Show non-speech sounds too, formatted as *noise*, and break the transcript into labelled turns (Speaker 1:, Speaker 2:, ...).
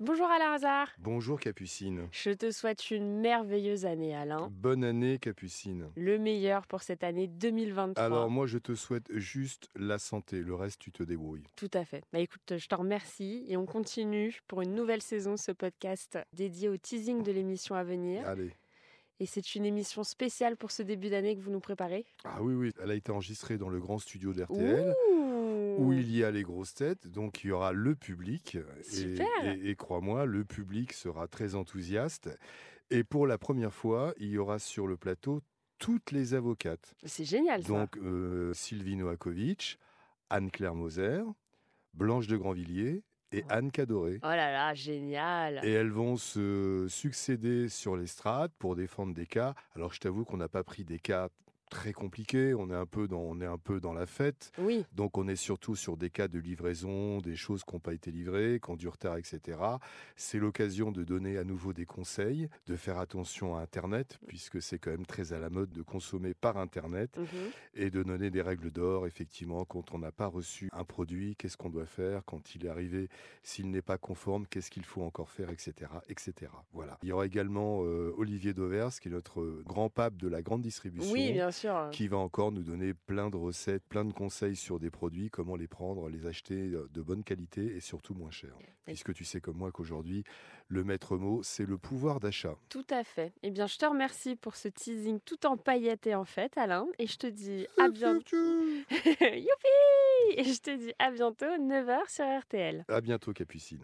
Speaker 1: Bonjour Alain Hazard.
Speaker 2: Bonjour Capucine.
Speaker 1: Je te souhaite une merveilleuse année Alain.
Speaker 2: Bonne année Capucine.
Speaker 1: Le meilleur pour cette année 2023.
Speaker 2: Alors moi je te souhaite juste la santé, le reste tu te débrouilles.
Speaker 1: Tout à fait. Bah écoute, je t'en remercie et on continue pour une nouvelle saison ce podcast dédié au teasing de l'émission à venir.
Speaker 2: Allez.
Speaker 1: Et c'est une émission spéciale pour ce début d'année que vous nous préparez.
Speaker 2: Ah oui oui, elle a été enregistrée dans le grand studio d'RTL. Où il y a les grosses têtes, donc il y aura le public. Et-
Speaker 1: Super.
Speaker 2: Et, et crois-moi, le public sera très enthousiaste. Et pour la première fois, il y aura sur le plateau toutes les avocates.
Speaker 1: C'est génial ça.
Speaker 2: Donc euh, Sylvie Noakovic, Anne-Claire Moser, Blanche de Grandvilliers et Anne Cadoré.
Speaker 1: Oh là là, génial.
Speaker 2: Et elles vont se succéder sur l'estrade pour défendre des cas. Alors je t'avoue qu'on n'a pas pris des cas très compliqués, on est un peu dans, on est un peu dans la fête.
Speaker 1: Oui,
Speaker 2: Donc on est surtout sur des cas de livraison, des choses qui n'ont pas été livrées, qui ont du retard, etc. C'est l'occasion de donner à nouveau des conseils, de faire attention à Internet, puisque c'est quand même très à la mode de consommer par Internet
Speaker 1: Mhm.
Speaker 2: et de donner des règles d'or, effectivement, quand on n'a pas reçu un produit, qu'est-ce qu'on doit faire, quand il est arrivé, s'il n'est pas conforme, qu'est-ce qu'il faut encore faire, etc. etc. Voilà. Il y aura également euh, Olivier Dauvers, qui est notre euh, grand pape de la grande distribution.
Speaker 1: oui, bien sûr.
Speaker 2: qui va encore nous donner plein de recettes, plein de conseils sur des produits, comment les prendre, les acheter euh, de bonne qualité et surtout moins cher. Puisque tu sais comme moi qu'aujourd'hui, le maître mot, c'est le pouvoir d'achat.
Speaker 1: Tout à fait. Eh bien, je te remercie pour ce teasing tout en paillettes et en fête, Alain. Et je te dis à bientôt. *laughs* Youpi Et je te dis à bientôt, 9h sur RTL.
Speaker 2: À bientôt, Capucine.